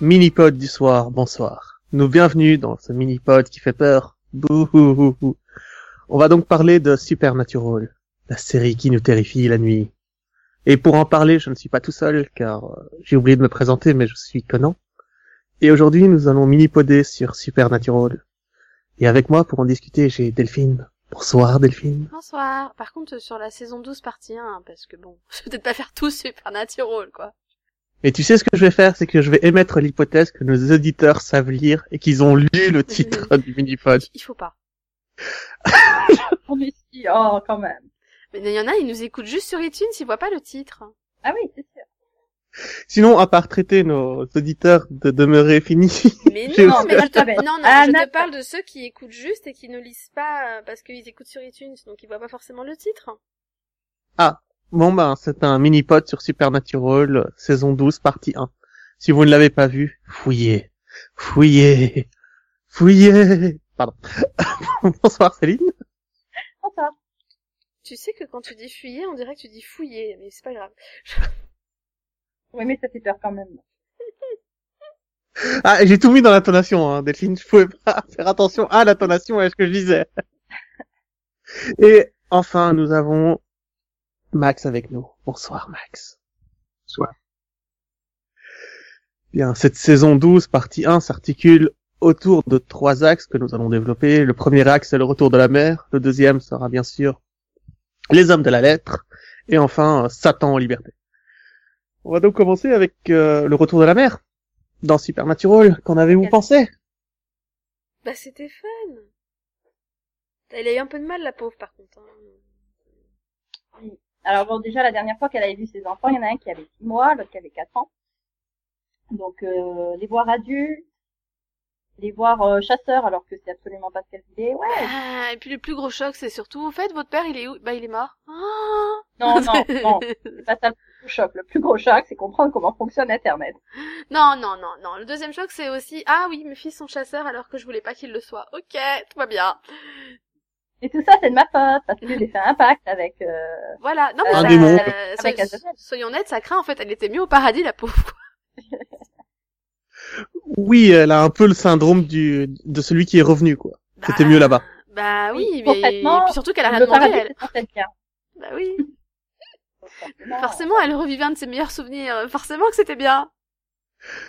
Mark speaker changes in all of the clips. Speaker 1: Minipod du soir, bonsoir. Nous bienvenue dans ce mini-pod qui fait peur. Bouhouhouhou. On va donc parler de Supernatural, la série qui nous terrifie la nuit. Et pour en parler, je ne suis pas tout seul, car euh, j'ai oublié de me présenter, mais je suis Conan. Et aujourd'hui, nous allons mini-poder sur Supernatural. Et avec moi, pour en discuter, j'ai Delphine. Bonsoir, Delphine.
Speaker 2: Bonsoir. Par contre, euh, sur la saison 12, partie 1, parce que bon, je vais peut-être pas faire tout Supernatural, quoi.
Speaker 1: Et tu sais ce que je vais faire, c'est que je vais émettre l'hypothèse que nos auditeurs savent lire et qu'ils ont lu le titre du mini-pod.
Speaker 2: Il faut pas.
Speaker 3: Oh, mais si, oh, quand même.
Speaker 2: Mais il y en a, ils nous écoutent juste sur iTunes, ils voient pas le titre.
Speaker 3: Ah oui, c'est sûr.
Speaker 1: Sinon, à part traiter nos auditeurs de demeurer finis,
Speaker 2: Mais
Speaker 1: J'ai
Speaker 2: non,
Speaker 1: aussi-
Speaker 2: mais je te...
Speaker 3: Alphabet.
Speaker 2: non, non,
Speaker 3: Ah,
Speaker 2: je te
Speaker 3: Nat-
Speaker 2: parle de ceux qui écoutent juste et qui ne lisent pas euh, parce qu'ils écoutent sur iTunes, donc ils voient pas forcément le titre.
Speaker 1: Bon ben, c'est un mini-pod sur Supernatural, euh, saison 12, partie 1. Si vous ne l'avez pas vu, fouillez. Fouillez. Fouillez. Pardon. Bonsoir Céline.
Speaker 3: Bonsoir.
Speaker 2: Tu sais que quand tu dis fuyer, on dirait que tu dis fouiller, mais c'est pas grave.
Speaker 3: Oui, mais ça fait peur quand même.
Speaker 1: Ah, et j'ai tout mis dans l'intonation, hein, Delphine. Je pouvais pas faire attention à l'intonation et à ce que je disais. Et enfin, nous avons Max avec nous. Bonsoir Max.
Speaker 4: Bonsoir.
Speaker 1: Bien, cette saison 12, partie 1, s'articule autour de trois axes que nous allons développer. Le premier axe, c'est le retour de la mer. Le deuxième sera bien sûr les hommes de la lettre. Et enfin, euh, Satan en liberté. On va donc commencer avec euh, le retour de la mer dans Supernatural. Qu'en avez-vous
Speaker 3: Quel-
Speaker 1: pensé
Speaker 2: Bah c'était fun. Elle a eu un peu de mal la pauvre par contre. hein.
Speaker 3: Alors bon, déjà la dernière fois qu'elle avait vu ses enfants, il y en a un qui avait 6 mois, l'autre qui avait 4 ans. Donc euh, les voir adultes, les voir euh, chasseurs alors que c'est absolument pas ce qu'elle voulait. Ouais.
Speaker 2: Ah, et puis le plus gros choc c'est surtout, au fait votre père il est où Bah il est mort. Ah
Speaker 3: Non, non, non. C'est pas ça le plus gros choc. Le plus gros choc, c'est comprendre comment fonctionne Internet.
Speaker 2: Non, non, non, non. Le deuxième choc, c'est aussi Ah oui, mes fils sont chasseurs alors que je voulais pas qu'ils le soient. Ok, tout va bien.
Speaker 3: Et tout ça, c'est de ma faute parce que j'ai fait un pacte avec. Euh...
Speaker 2: Voilà. Non, mais
Speaker 3: Un
Speaker 2: ça-
Speaker 1: démon.
Speaker 2: euh,
Speaker 3: Avec
Speaker 2: soy-
Speaker 3: Azazel.
Speaker 2: soyons honnêtes, ça craint en fait. Elle était mieux au paradis, la pauvre.
Speaker 1: Oui, elle a un peu le syndrome du de celui qui est revenu quoi.
Speaker 2: Ah.
Speaker 1: C'était mieux là-bas.
Speaker 2: Bah oui,
Speaker 3: Oui,
Speaker 2: mais et
Speaker 3: complètement.
Speaker 2: puis surtout qu'elle a rien
Speaker 3: le
Speaker 2: demandé.
Speaker 3: paradis,
Speaker 2: Elle...
Speaker 3: c'est censé être bien.
Speaker 2: Bah oui.
Speaker 3: Donc, forcément,
Speaker 2: Forcément, elle revivait un de ses meilleurs souvenirs. Euh, Forcément que c'était bien.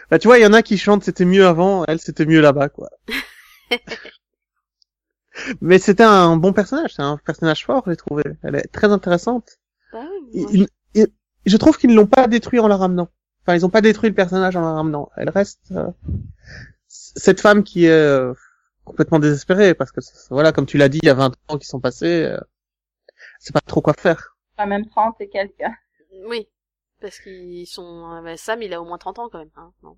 Speaker 1: Bah tu vois, il y en a qui chantent c'était mieux avant, elle c'était mieux là-bas quoi. Mais c'était un bon personnage, c'est un personnage fort, j'ai trouvé. Elle est très intéressante.
Speaker 2: Bah oui. moi,
Speaker 1: Ils- ils- ils- je trouve qu'ils ne l'ont pas détruit en la ramenant. Enfin, ils n'ont pas détruit le personnage en la ramenant. Elle reste euh, c- cette femme qui est euh, complètement désespérée parce que voilà, comme tu l'as dit, il y a 20 ans qui sont passés, euh, c'est pas trop quoi faire.
Speaker 3: Enfin, même 30 et quelques.
Speaker 2: je- Oui. Parce qu'ils sont. euh, bah, Sam, il a au moins 30 ans quand même. Hein. Non.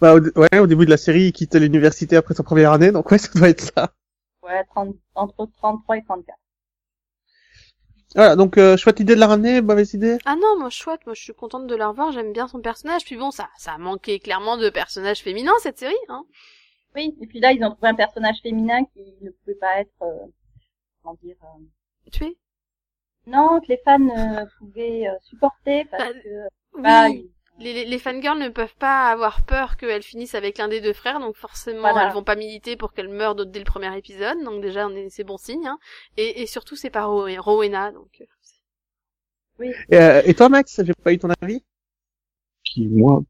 Speaker 1: Bah, au, dé- ouais, au début de la série, il quitte l'université après sa première année, donc ouais, ça doit être ça.
Speaker 3: Ouais, 30, entre 33 et 34.
Speaker 1: Voilà, donc euh, chouette idée de la ramener, mauvaise idée.
Speaker 2: Ah non, moi chouette, moi je suis contente de la revoir. J'aime bien son personnage. Puis bon, ça, ça a manqué clairement de personnages féminins cette série. Hein.
Speaker 3: Oui, et puis là, ils ont trouvé un personnage féminin qui ne pouvait pas être, euh, comment dire, euh,
Speaker 2: Tué.
Speaker 3: non, que les fans euh, pouvaient euh, supporter parce
Speaker 2: Bah,
Speaker 3: que,
Speaker 2: Oui.
Speaker 3: bah, ils-
Speaker 2: Les, les, les fangirls ne peuvent pas avoir peur qu'elles finissent avec l'un des deux frères, donc forcément
Speaker 3: Voilà.
Speaker 2: elles vont pas militer pour qu'elles meurent dès- dès le premier épisode, donc déjà on est- c'est bon signe. Hein. Et, et surtout c'est par Ro- Rowena, donc euh,
Speaker 3: oui,
Speaker 1: Et, euh, et toi, Max, j'ai pas eu ton avis
Speaker 4: qui, moi,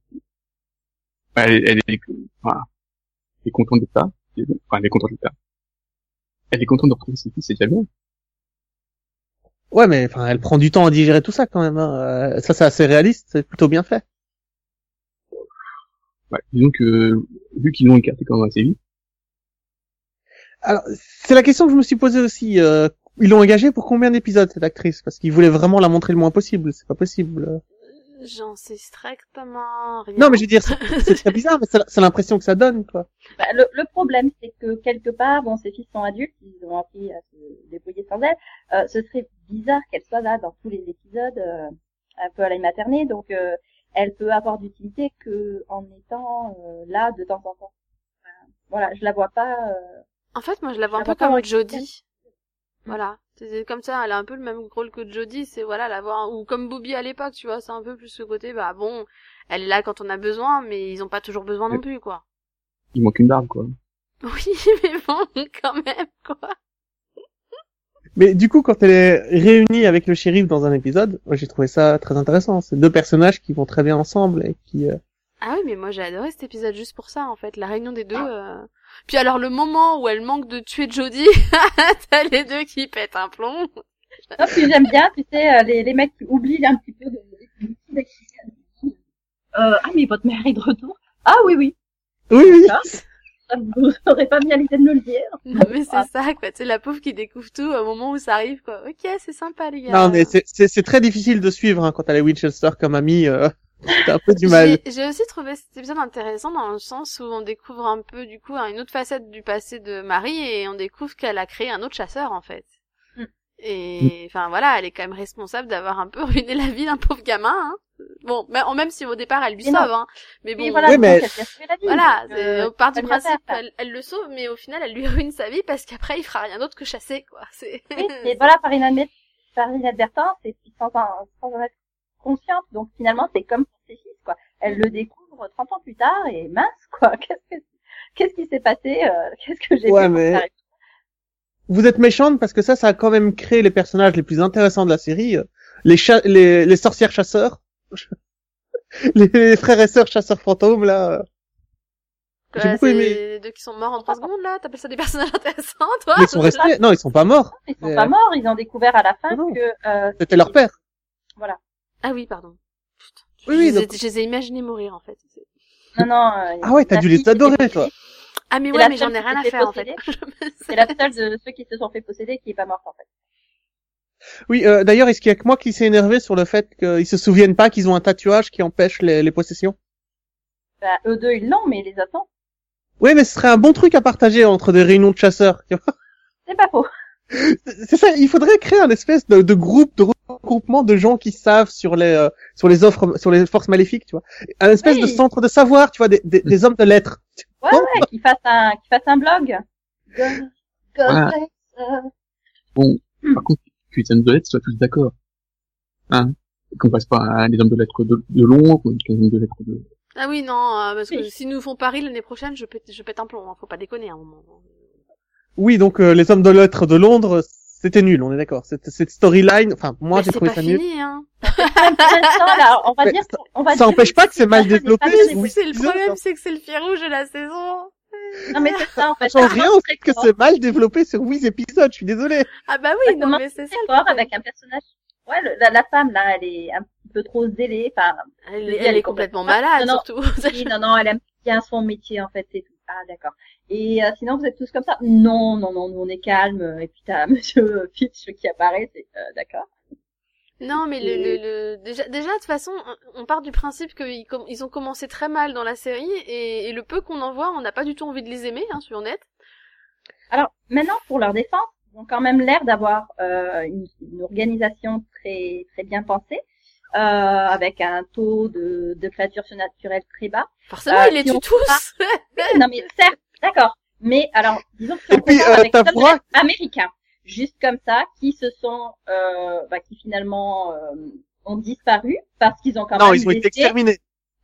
Speaker 4: elle, est- elle est, voilà. Elle est contente de ça. Enfin, elle est contente de ça. Elle est contente de retrouver ses fils, c'est déjà bien.
Speaker 1: Ouais, mais enfin, elle prend du temps à digérer tout ça quand même. hein. Euh, ça, c'est assez réaliste, c'est plutôt bien fait.
Speaker 4: Ouais, disons que, vu qu'ils l'ont écarté quand même assez vite,
Speaker 1: Alors, c'est la question que je me suis posée aussi. euh, ils l'ont engagée pour combien d'épisodes cette actrice Parce qu'ils voulaient vraiment la montrer le moins possible. C'est pas possible.
Speaker 2: j'en sais strictement rien.
Speaker 1: Non, mais je veux dire, c'est- c'est très bizarre, mais c'est la- c'est l'impression que ça donne, quoi.
Speaker 3: Bah, le, le problème, c'est que quelque part, bon, ses fils sont adultes, ils ont appris à se débrouiller sans elle. Euh, ce serait bizarre qu'elle soit là dans tous les épisodes, euh, un peu à la maternée, donc euh, elle peut avoir d'utilité que en étant euh, là de temps en temps. Enfin, Voilà, je la vois pas. euh,
Speaker 2: En fait moi je la vois un
Speaker 3: la
Speaker 2: peu
Speaker 3: vois pas
Speaker 2: comme
Speaker 3: avec-
Speaker 2: Jodie. Voilà, c'est c'est comme ça, elle a un peu le même rôle que Jodie, c'est voilà la voir ou comme Bobby à l'époque, tu vois, c'est un peu plus ce côté bah bon, elle est là quand on a besoin, mais ils ont pas toujours besoin non plus, quoi.
Speaker 4: Il manque une barbe, quoi.
Speaker 2: Oui, mais bon, quand même, quoi.
Speaker 1: Mais du coup, quand elle est réunie avec le shérif dans un épisode, moi, j'ai trouvé ça très intéressant. C'est deux personnages qui vont très bien ensemble et qui... euh,
Speaker 2: Ah oui, mais moi j'ai adoré cet épisode juste pour ça, en fait, la réunion des deux. euh. Puis alors le moment où elle manque de tuer Jodie, t'as les deux qui pètent un plomb.
Speaker 3: Non, puis j'aime bien, tu sais, euh, les, les mecs qui oublient un petit peu de... de- de- de- Euh, ah, mais votre mère est de retour Ah oui, oui.
Speaker 1: Oui, oui
Speaker 3: Ah. Ça, Vous n'aurez pas mis à l'idée de me le dire.
Speaker 2: Non mais c'est ça, quoi, tu sais, la pauvre qui découvre tout au moment où ça arrive, quoi. Ok, c'est sympa, les gars.
Speaker 1: Non, mais c'est- c'est c'est très difficile de suivre hein, quand t'as les Winchester comme amis. Euh, t'as un peu du mal.
Speaker 2: J'ai j'ai aussi trouvé cet épisode intéressant dans le sens où on découvre un peu du coup hein, une autre facette du passé de Marie et on découvre qu'elle a créé un autre chasseur en fait.
Speaker 3: Mm.
Speaker 2: Et enfin voilà, elle est quand même responsable d'avoir un peu ruiné la vie d'un pauvre gamin. Hein. Bon, mais- en même si au départ elle lui
Speaker 3: Mais non.
Speaker 2: sauve, hein. mais bon,
Speaker 3: Et voilà,
Speaker 1: Oui,
Speaker 3: donc,
Speaker 1: mais-
Speaker 3: elle s'est retrouvée la vie.
Speaker 2: voilà,
Speaker 3: donc,
Speaker 2: c'est-
Speaker 3: euh,
Speaker 2: on part du
Speaker 3: elle l'a
Speaker 2: principe
Speaker 3: fait,
Speaker 2: qu'elle elle le sauve, mais au final elle lui ruine sa vie parce qu'après il fera rien d'autre que chasser quoi. C'est
Speaker 3: Oui, mais voilà, par inadmet- par inadvertance, et puis sans en, sans en être consciente. Donc finalement, c'est comme pour ses fils, quoi. Elle le découvre 30 ans plus tard, et mince, quoi. Qu'est-ce que- qu'est-ce qui s'est passé euh, Qu'est-ce que j'ai
Speaker 1: Ouais,
Speaker 3: fait pour
Speaker 1: mais-
Speaker 3: faire ça
Speaker 1: Vous êtes méchante parce que ça, ça a quand même créé les personnages les plus intéressants de la série. euh, Les, cha- les, les sorcières chasseurs. les, les frères et sœurs chasseurs fantômes, là. euh.
Speaker 2: Quoi,
Speaker 1: j'ai beaucoup
Speaker 2: c'est
Speaker 1: aimé.
Speaker 2: les deux qui sont morts en trois secondes là, t'appelles ça des personnages intéressants toi
Speaker 1: Mais ils sont restés... Non, ils sont pas morts.
Speaker 3: Ils sont
Speaker 1: Mais,
Speaker 3: pas
Speaker 1: euh,
Speaker 3: morts, ils ont découvert à la fin
Speaker 1: non.
Speaker 3: que... euh,
Speaker 1: C'était leur père.
Speaker 2: Ah oui, pardon. Putain.
Speaker 1: Oui,
Speaker 2: je,
Speaker 1: oui,
Speaker 2: les ai-
Speaker 1: donc-
Speaker 2: je les ai imaginés mourir en fait.
Speaker 3: Non, non. euh,
Speaker 1: Ah ouais, t'as
Speaker 3: la
Speaker 1: dû les
Speaker 3: fille qui
Speaker 1: adorer,
Speaker 3: s'est fait
Speaker 1: toi.
Speaker 3: posséder,
Speaker 2: Ah mais
Speaker 3: c'est
Speaker 2: ouais,
Speaker 3: la
Speaker 2: mais
Speaker 3: seule
Speaker 2: j'en ai
Speaker 3: qui
Speaker 2: rien
Speaker 3: s'est
Speaker 2: à
Speaker 3: fait
Speaker 2: faire en fait.
Speaker 3: posséder.
Speaker 2: Je me sais.
Speaker 3: C'est la seule de ceux qui se sont fait posséder qui est pas morte, en fait.
Speaker 1: Oui, euh, d'ailleurs, est-ce qu'il y a que moi qui s'est énervé sur le fait qu'ils se souviennent pas qu'ils ont un tatouage qui empêche les, les possessions
Speaker 3: Bah, eux deux, ils l'ont, mais les autres, non.
Speaker 1: Oui, mais ce serait un bon truc à partager entre des réunions de chasseurs. tu vois.
Speaker 3: C'est pas faux.
Speaker 1: C'est ça, il faudrait créer un espèce de, de groupe, de regroupement de gens qui savent sur les euh, sur les offres, sur les forces maléfiques, tu vois. Un espèce
Speaker 3: Oui.
Speaker 1: de centre de savoir, tu vois, des, des, des hommes de lettres.
Speaker 3: Ouais,
Speaker 1: Bon, bah,
Speaker 3: ouais, qu'ils fassent un, qu'ils fassent un blog. Go- go
Speaker 4: Voilà.
Speaker 3: Blaze, euh,
Speaker 4: Par contre, que les hommes de lettres soient tous d'accord. Hein Qu'on passe pas à des hommes de lettres de, de long, qu'on des hommes de lettres de...
Speaker 2: Ah oui, non, euh, parce que
Speaker 3: Oui.
Speaker 2: s'ils nous font Paris l'année prochaine, je pète, je pète un plomb. hein, Faut pas déconner à un moment.
Speaker 1: Oui, donc euh, les hommes de lettres de Londres, c'était nul, on est d'accord. Cette, cette storyline, enfin, moi
Speaker 2: Mais
Speaker 1: j'ai
Speaker 2: c'est
Speaker 1: trouvé
Speaker 2: pas
Speaker 1: ça nul.
Speaker 2: fini, hein.
Speaker 3: intéressant, là. On va
Speaker 1: Mais
Speaker 3: dire, qu'on- on va
Speaker 1: Ça
Speaker 3: dire
Speaker 1: empêche pas que c'est mal
Speaker 3: c'est pas-
Speaker 1: développé.
Speaker 3: c'est pas-
Speaker 1: oui,
Speaker 2: c'est le
Speaker 1: disons,
Speaker 2: problème, c'est que c'est le fil rouge de la saison.
Speaker 3: Non, mais c'est ça, en fait.
Speaker 1: Ça change rien au fait que
Speaker 3: Très
Speaker 1: c'est mal développé sur 8 épisodes, je suis désolé.
Speaker 2: Ah bah
Speaker 3: Ça
Speaker 2: oui, non
Speaker 3: commence
Speaker 2: mais c'est ça.
Speaker 3: très
Speaker 2: le
Speaker 3: fort
Speaker 2: problème.
Speaker 3: avec un personnage. Ouais, le- la, la femme, là, elle est un petit peu trop zélée. Enfin,
Speaker 2: Elle,
Speaker 3: Je dis,
Speaker 2: est- elle est complètement malade
Speaker 3: Non, non.
Speaker 2: surtout. Ça, je-
Speaker 3: oui, non, non, elle aime bien son métier, en fait, c'est tout. Ah, d'accord. Et euh, sinon, vous êtes tous comme ça Non, non, non, nous, on est calme. Et puis, t'as Monsieur Fitch qui apparaît, c'est euh, d'accord.
Speaker 2: Non, mais le, le, le- déjà, déjà de toute façon, on on part du principe qu'ils com- ils ont commencé très mal dans la série et, et le peu qu'on en voit, on n'a pas du tout envie de les aimer, hein, soyons honnêtes.
Speaker 3: Alors, maintenant, pour leur défense, ils ont quand même l'air d'avoir euh, une, une organisation très, très bien pensée, euh, avec un taux de, de créatures surnaturelles très bas.
Speaker 2: Forcément,
Speaker 3: Euh,
Speaker 2: ils les
Speaker 3: si on
Speaker 2: tuent tous.
Speaker 3: non mais certes, d'accord. Mais alors, disons que si
Speaker 1: Et
Speaker 3: on
Speaker 1: puis,
Speaker 3: compare
Speaker 1: euh,
Speaker 3: avec
Speaker 1: t'as
Speaker 3: les
Speaker 1: froid
Speaker 3: américains, juste comme ça, qui se sont, euh, bah, qui finalement euh, ont disparu parce qu'ils ont quand
Speaker 1: Non,
Speaker 3: même
Speaker 1: ils ont été
Speaker 3: laissé-
Speaker 1: exterminés.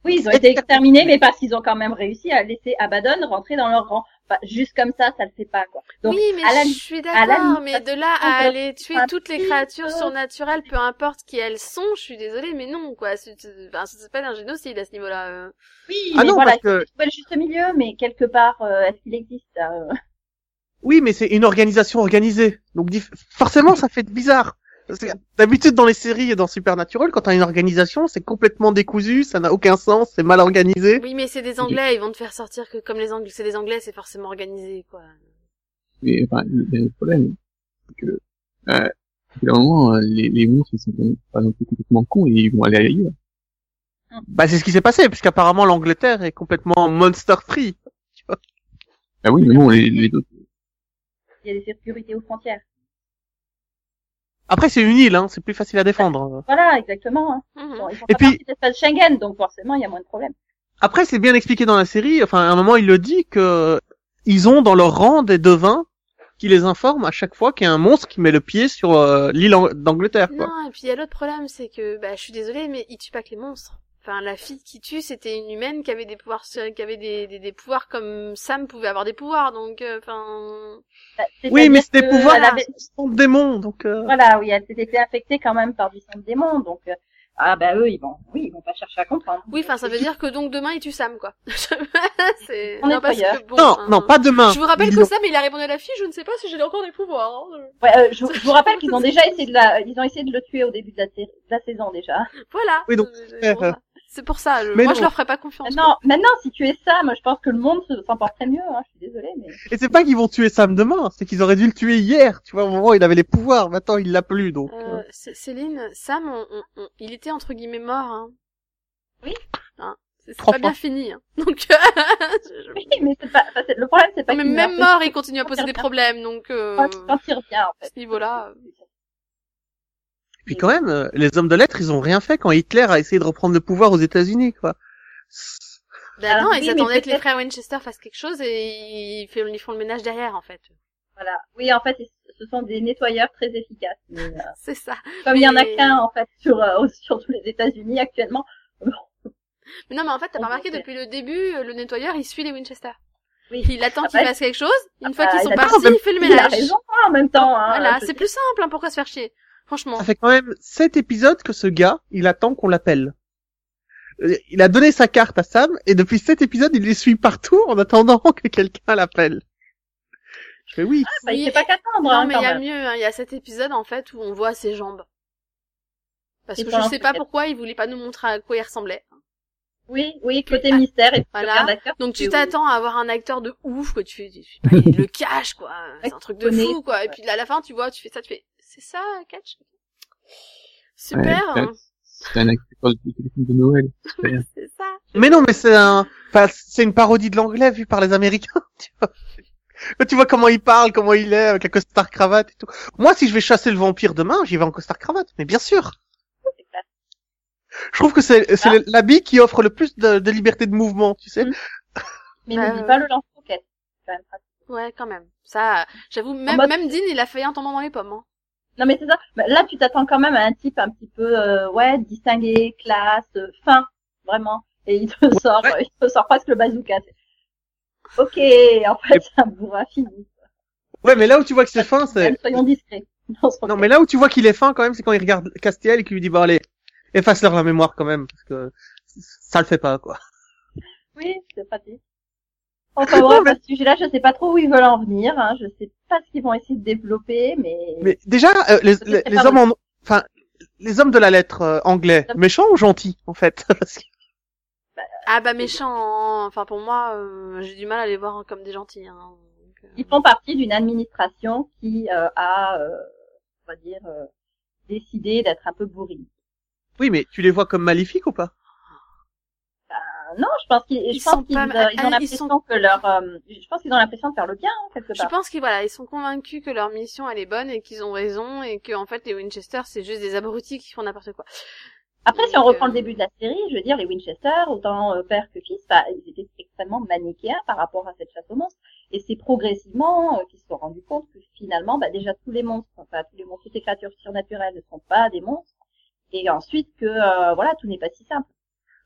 Speaker 3: Oui, ils ont été
Speaker 1: exterminés.
Speaker 3: exterminés, mais parce qu'ils ont quand même réussi à laisser Abaddon rentrer dans leur rang. Enfin, juste comme ça, ça le fait pas quoi. Donc,
Speaker 2: oui, mais
Speaker 3: à la
Speaker 2: je
Speaker 3: limite-
Speaker 2: suis
Speaker 3: à la
Speaker 2: d'accord,
Speaker 3: limite,
Speaker 2: mais
Speaker 3: ça
Speaker 2: de là
Speaker 3: dépend
Speaker 2: à
Speaker 3: de-
Speaker 2: aller tuer
Speaker 3: un
Speaker 2: toutes les
Speaker 3: petit
Speaker 2: créatures
Speaker 3: peu.
Speaker 2: surnaturelles, peu importe qui elles sont, je suis désolée, mais non, quoi. C'est c'est- enfin, ça s'appelle un génocide à ce niveau-là. euh.
Speaker 3: oui,
Speaker 1: Ah
Speaker 3: mais
Speaker 1: non,
Speaker 3: voilà,
Speaker 1: parce que
Speaker 3: ils veulent juste au milieu, mais quelque part, euh, est-ce qu'il existe euh,
Speaker 1: oui, mais c'est une organisation organisée, donc dif- forcément ça fait bizarre. Parce que D'habitude dans les séries et dans Supernatural, quand t'as une organisation, c'est complètement décousu, ça n'a aucun sens, c'est mal organisé.
Speaker 2: Oui, mais c'est des Anglais, ils vont te faire sortir que comme les Anglais, c'est des Anglais, c'est forcément organisé, quoi.
Speaker 4: Mais enfin, le, le problème, c'est que, euh, au bout d'un moment, euh, les, les monstres, ils sont pas non plus complètement cons et ils vont aller ailleurs.
Speaker 1: Bah c'est ce qui s'est passé, puisqu'apparemment l'Angleterre est complètement monster free.
Speaker 4: Ah oui, mais bon, les, les autres,
Speaker 3: Il y a des sécurités aux frontières.
Speaker 1: Après c'est une île, hein, c'est plus facile à défendre.
Speaker 3: Voilà, exactement. hein.
Speaker 2: Mhm.
Speaker 3: Bon, ils font
Speaker 1: Et
Speaker 3: pas
Speaker 1: puis-
Speaker 3: partie de l'espace Schengen, donc forcément, il y a moins de problèmes.
Speaker 1: Après c'est bien expliqué dans la série, enfin à un moment il le dit que ils ont dans leur rang des devins qui les informent à chaque fois qu'il y a un monstre qui met le pied sur euh, l'île Ang- d'Angleterre. quoi.
Speaker 2: Non, et puis il y a l'autre problème, c'est que, bah, je suis désolée, mais ils tuent pas que les monstres. Enfin, la fille qui tue, c'était une humaine qui avait des pouvoirs, sur- qui avait des, des, des pouvoirs comme Sam pouvait avoir des pouvoirs, donc, euh, enfin,
Speaker 3: Bah,
Speaker 1: Oui, mais
Speaker 3: c'est-à-dire
Speaker 1: c'est des
Speaker 3: que
Speaker 1: pouvoirs
Speaker 3: elle avait-
Speaker 1: sont démons, donc euh,
Speaker 3: Voilà, oui, elle s'était fait infecter quand même par du sang de démon, donc euh, ah bah eux ils vont, oui, ils vont pas chercher à comprendre.
Speaker 2: oui, enfin, ça veut dire que donc demain il tue Sam, quoi. c'est...
Speaker 3: On est ailleurs.
Speaker 2: bon,
Speaker 1: non,
Speaker 2: hein,
Speaker 1: non, pas demain.
Speaker 2: Je vous rappelle que
Speaker 1: Disons-
Speaker 2: Sam, il a répondu à la fille, je ne sais pas si j'ai encore des pouvoirs. hein.
Speaker 3: Ouais, euh, je, je vous rappelle qu'ils ont déjà essayé de la, ils ont essayé de le tuer au début de la, sé- de la saison déjà.
Speaker 2: Voilà. Euh,
Speaker 1: Oui, donc- euh,
Speaker 2: C'est pour ça. C'est pour ça. je-
Speaker 1: Mais
Speaker 2: Moi,
Speaker 1: non.
Speaker 2: je leur ferai pas confiance.
Speaker 3: Maintenant, maintenant si tu es ça, moi je pense que le monde se- s'en porterait mieux. Hein, je suis désolée, mais
Speaker 1: Et c'est pas qu'ils vont tuer Sam demain, c'est qu'ils auraient dû le tuer hier. Tu vois, au moment où il avait les pouvoirs, maintenant il l'a plus, donc. euh,
Speaker 2: Euh, C- Céline, Sam, on- on- on- il était entre guillemets mort. Hein.
Speaker 3: Oui.
Speaker 2: Hein, C'est c'est
Speaker 1: Trois
Speaker 2: pas
Speaker 1: fois.
Speaker 2: bien fini. Hein. Donc, je-
Speaker 3: oui, mais c'est pas, enfin, c'est- le problème c'est pas hein.
Speaker 2: je- mais
Speaker 3: qu'il
Speaker 2: même
Speaker 3: meurt,
Speaker 2: mort, il continue à poser des problèmes. Donc,
Speaker 3: c'est
Speaker 2: euh,
Speaker 3: quand- quand il revient en
Speaker 2: à
Speaker 3: fait.
Speaker 2: ce niveau-là, euh,
Speaker 1: Puis quand même, euh, les hommes de lettres, ils ont rien fait quand Hitler a essayé de reprendre le pouvoir aux États-Unis, quoi.
Speaker 2: bah
Speaker 3: Alors
Speaker 2: non,
Speaker 3: oui,
Speaker 2: ils
Speaker 3: mais
Speaker 2: attendaient que les
Speaker 3: peut-être-
Speaker 2: frères Winchester fassent quelque chose et ils, fait- ils font le ménage derrière, en fait.
Speaker 3: Voilà. Oui, en fait, ils- ce sont des nettoyeurs très efficaces. mais, euh,
Speaker 2: C'est ça.
Speaker 3: comme il y en a
Speaker 2: Mais-
Speaker 3: qu'un en fait sur euh, sur tous les États-Unis actuellement.
Speaker 2: Mais non, mais en fait, t'as
Speaker 3: On
Speaker 2: pas remarqué
Speaker 3: sait.
Speaker 2: depuis le début, euh, le nettoyeur, il suit les Winchester.
Speaker 3: Oui.
Speaker 2: Il attend qu'ils
Speaker 3: bah,
Speaker 2: fassent quelque chose. Une
Speaker 3: ah
Speaker 2: fois
Speaker 3: bah,
Speaker 2: qu'ils sont
Speaker 3: il a-
Speaker 2: partis,
Speaker 1: Non, mais
Speaker 2: il fait le
Speaker 3: Il a
Speaker 2: ménage.
Speaker 3: raison hein, en même temps. Hein,
Speaker 2: Voilà,
Speaker 3: je-
Speaker 2: c'est plus simple, hein, pourquoi se faire chier Franchement.
Speaker 1: Ça fait quand même sept épisodes que ce gars, il attend qu'on l'appelle. Euh, Il a donné sa carte à Sam, et depuis sept épisodes, il les suit partout en attendant que quelqu'un l'appelle. Je fais oui.
Speaker 3: Bah, il
Speaker 2: Oui,
Speaker 3: sait pas qu'attendre.
Speaker 2: Non,
Speaker 3: hein,
Speaker 2: mais
Speaker 3: quand
Speaker 2: il y a
Speaker 3: même.
Speaker 2: mieux, hein, il y a cet épisode en fait où on voit ses jambes. Parce
Speaker 3: Et
Speaker 2: que
Speaker 3: pas
Speaker 2: je sais pas
Speaker 3: peut-être.
Speaker 2: pourquoi il voulait pas nous montrer à quoi il ressemblait.
Speaker 3: Oui, oui, côté
Speaker 2: Ah,
Speaker 3: mystère et
Speaker 2: voilà.
Speaker 3: voilà. d'acteur.
Speaker 2: Donc tu
Speaker 3: Oui.
Speaker 2: t'attends à avoir un acteur de ouf que tu fais, tu- il le cache quoi, c'est un truc de
Speaker 3: connais.
Speaker 2: fou quoi. Et puis à la fin tu vois, tu fais ça, tu fais, c'est ça, catch. Super,
Speaker 4: Ouais,
Speaker 2: hein,
Speaker 4: C'est un acteur du téléphone de Noël.
Speaker 2: c'est ça.
Speaker 1: Mais non, mais c'est un, enfin, c'est une parodie de l'anglais vu par les Américains. Tu vois, tu vois comment il parle, comment il est avec la costard cravate et tout. Moi, si je vais chasser le vampire demain, j'y vais en costard cravate, mais bien sûr.
Speaker 3: C'est clair.
Speaker 1: Je trouve que c'est c'est
Speaker 3: Ah.
Speaker 1: l'habit qui offre le plus de, de liberté de mouvement, tu sais.
Speaker 2: Mm.
Speaker 3: Mais
Speaker 2: Bah,
Speaker 3: n'oublie
Speaker 2: euh,
Speaker 3: pas le lance-roquette. c'est quand même pratique.
Speaker 2: Ouais, quand même. Ça, j'avoue, même,
Speaker 3: mode-
Speaker 2: même Dean, il a failli en tombant dans les pommes. Hein.
Speaker 3: Non mais c'est ça. Bah, Là, tu t'attends quand même à un type un petit peu, euh, ouais, distingué, classe, euh, fin, vraiment. Et il te sort,
Speaker 1: ouais.
Speaker 3: euh, il te sort presque le bazooka. C'est- Ok, en fait,
Speaker 1: Et-
Speaker 3: c'est un bourrin fini.
Speaker 1: Ouais, mais là où tu vois que c'est fin, c'est
Speaker 3: Même soyons discrets. Non, c'est
Speaker 1: non,
Speaker 3: ok.
Speaker 1: mais là où tu vois qu'il est fin quand même, c'est quand il regarde Castiel et qu'il lui dit bon allez, efface-leur la mémoire quand même parce que ça le fait pas quoi.
Speaker 3: Oui, c'est pratique. Enfin bref,
Speaker 1: Non, mais-
Speaker 3: à ce sujet-là, je sais pas trop où ils veulent en venir. Hein. Je sais pas ce qu'ils vont essayer de développer, mais,
Speaker 1: Mais déjà, euh, les,
Speaker 3: Peut-être
Speaker 1: les,
Speaker 3: c'est
Speaker 1: les
Speaker 3: pas
Speaker 1: hommes, en- enfin, les hommes de la lettre euh, anglais, méchants ou gentils en fait Parce que-
Speaker 2: Ah bah méchant, hein. enfin pour moi, euh, j'ai du mal à les voir comme des gentils. Hein. Donc, euh,
Speaker 3: ils font partie d'une administration qui euh, a, euh, on va dire, euh, décidé d'être un peu bourrine.
Speaker 1: Oui, mais tu les vois comme maléfiques ou pas
Speaker 3: Ah, Non, je pense qu'ils,
Speaker 2: Ils
Speaker 3: je pense
Speaker 2: sont
Speaker 3: qu'ils,
Speaker 2: pas-
Speaker 3: euh, ils
Speaker 2: ah,
Speaker 3: ont
Speaker 2: ils
Speaker 3: l'impression
Speaker 2: sont-
Speaker 3: que leur, euh, je pense qu'ils ont l'impression de faire le bien hein, quelque
Speaker 2: Je
Speaker 3: part.
Speaker 2: pense qu'ils voilà, ils sont convaincus que leur mission elle est bonne et qu'ils ont raison et que en fait les Winchester c'est juste des abrutis qui font n'importe quoi.
Speaker 3: Après, si on
Speaker 2: Donc,
Speaker 3: reprend
Speaker 2: euh,
Speaker 3: le début de la série, je veux dire, les Winchester, autant euh, père que fils, bah, ils étaient extrêmement manichéens par rapport à cette chasse aux monstres. Et c'est progressivement euh, qu'ils se sont rendus compte que finalement, bah, déjà tous les monstres, enfin tous les monstres, toutes les créatures surnaturelles ne sont pas des monstres. Et ensuite que euh, voilà, tout n'est pas si simple.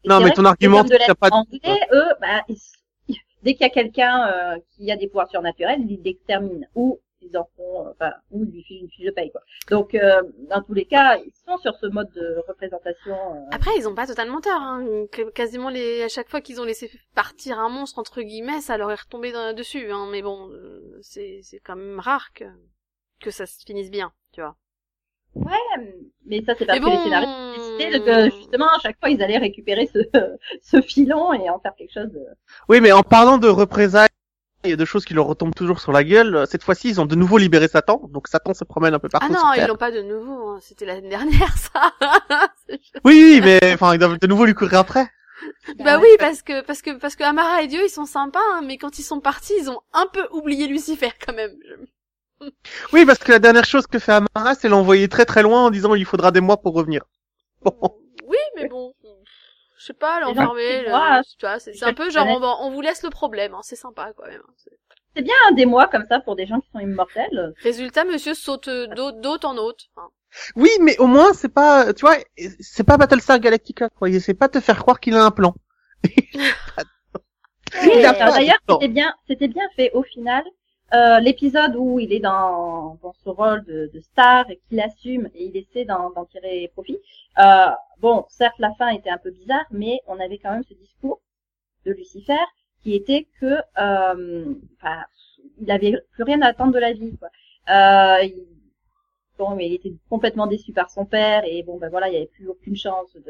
Speaker 3: Et
Speaker 1: Non, mais
Speaker 3: c'est vrai
Speaker 1: ton
Speaker 3: que les
Speaker 1: argument,
Speaker 3: hommes de
Speaker 1: c'est qu'il y a
Speaker 3: lettres
Speaker 1: pas de-
Speaker 3: anglais, eux, bah, ils s- dès qu'il y a quelqu'un euh, qui a des pouvoirs surnaturels, ils l'exterminent ou ils en font, euh, enfin, ou ils lui filent une fiche de paye. Quoi. Donc, euh, dans tous les cas, ils sont sur ce mode de représentation. euh,
Speaker 2: Après ils ont pas totalement tort. Hein. Que- Quasiment les à chaque fois qu'ils ont laissé partir un monstre entre guillemets, ça leur est retombé dans- dessus. Hein. Mais bon, euh, c'est c'est quand même rare que que ça se finisse bien, tu vois.
Speaker 3: Ouais, euh, mais ça c'est parce
Speaker 2: Mais
Speaker 3: que
Speaker 2: bon,
Speaker 3: les scénaristes euh, décidaient que justement à chaque fois ils allaient récupérer ce, ce filon et en faire quelque chose. euh, De...
Speaker 1: Oui, mais en parlant de représailles et de choses qui leur retombent toujours sur la gueule, euh, cette fois-ci, ils ont de nouveau libéré Satan, donc Satan se promène un peu
Speaker 2: ah
Speaker 1: partout.
Speaker 2: non,
Speaker 1: sur Terre.
Speaker 2: ils l'ont pas de nouveau. hein. C'était l'année dernière ça. C'est
Speaker 1: Oui, oui, mais enfin, ils doivent de nouveau lui courir après.
Speaker 2: Bah oui, parce que parce que parce que Amara et Dieu ils sont sympas, hein, mais quand ils sont partis, ils ont un peu oublié Lucifer quand même.
Speaker 1: Oui, parce que la dernière chose que fait Amara, c'est l'envoyer très très loin en disant il lui faudra des mois pour revenir. Bon.
Speaker 2: Oui, mais bon, je sais pas,
Speaker 3: gens qui
Speaker 2: l'enfermer, le-
Speaker 3: voient,
Speaker 2: tu vois, c'est
Speaker 3: les
Speaker 2: c'est
Speaker 3: gens
Speaker 2: un peu
Speaker 3: qui
Speaker 2: genre on,
Speaker 3: connaissent.
Speaker 2: va- on vous laisse le problème, hein, c'est sympa quand même. hein, c'est-
Speaker 3: C'est bien hein, des mois comme ça pour des gens qui sont immortels.
Speaker 2: Résultat, Monsieur saute euh, d'hôte d'hôte en hôte. hein.
Speaker 1: Oui, mais au moins c'est pas, tu vois, c'est pas Battlestar Galactica. Quoi. Il sait pas te faire croire qu'il a un plan.
Speaker 3: Oui,
Speaker 1: Il a
Speaker 3: alors,
Speaker 1: pas de
Speaker 3: d'ailleurs,
Speaker 1: plan.
Speaker 3: c'était bien, c'était bien fait au final. Euh, L'épisode où il est dans, dans ce rôle de, de star et qu'il assume et il essaie d'en d'en tirer profit. Euh, bon, certes, la fin était un peu bizarre, mais on avait quand même ce discours de Lucifer qui était que, euh, enfin, il avait plus rien à attendre de la vie. Quoi. Euh, il, bon, mais il était complètement déçu par son père et bon, ben voilà, il n'y avait plus aucune chance de,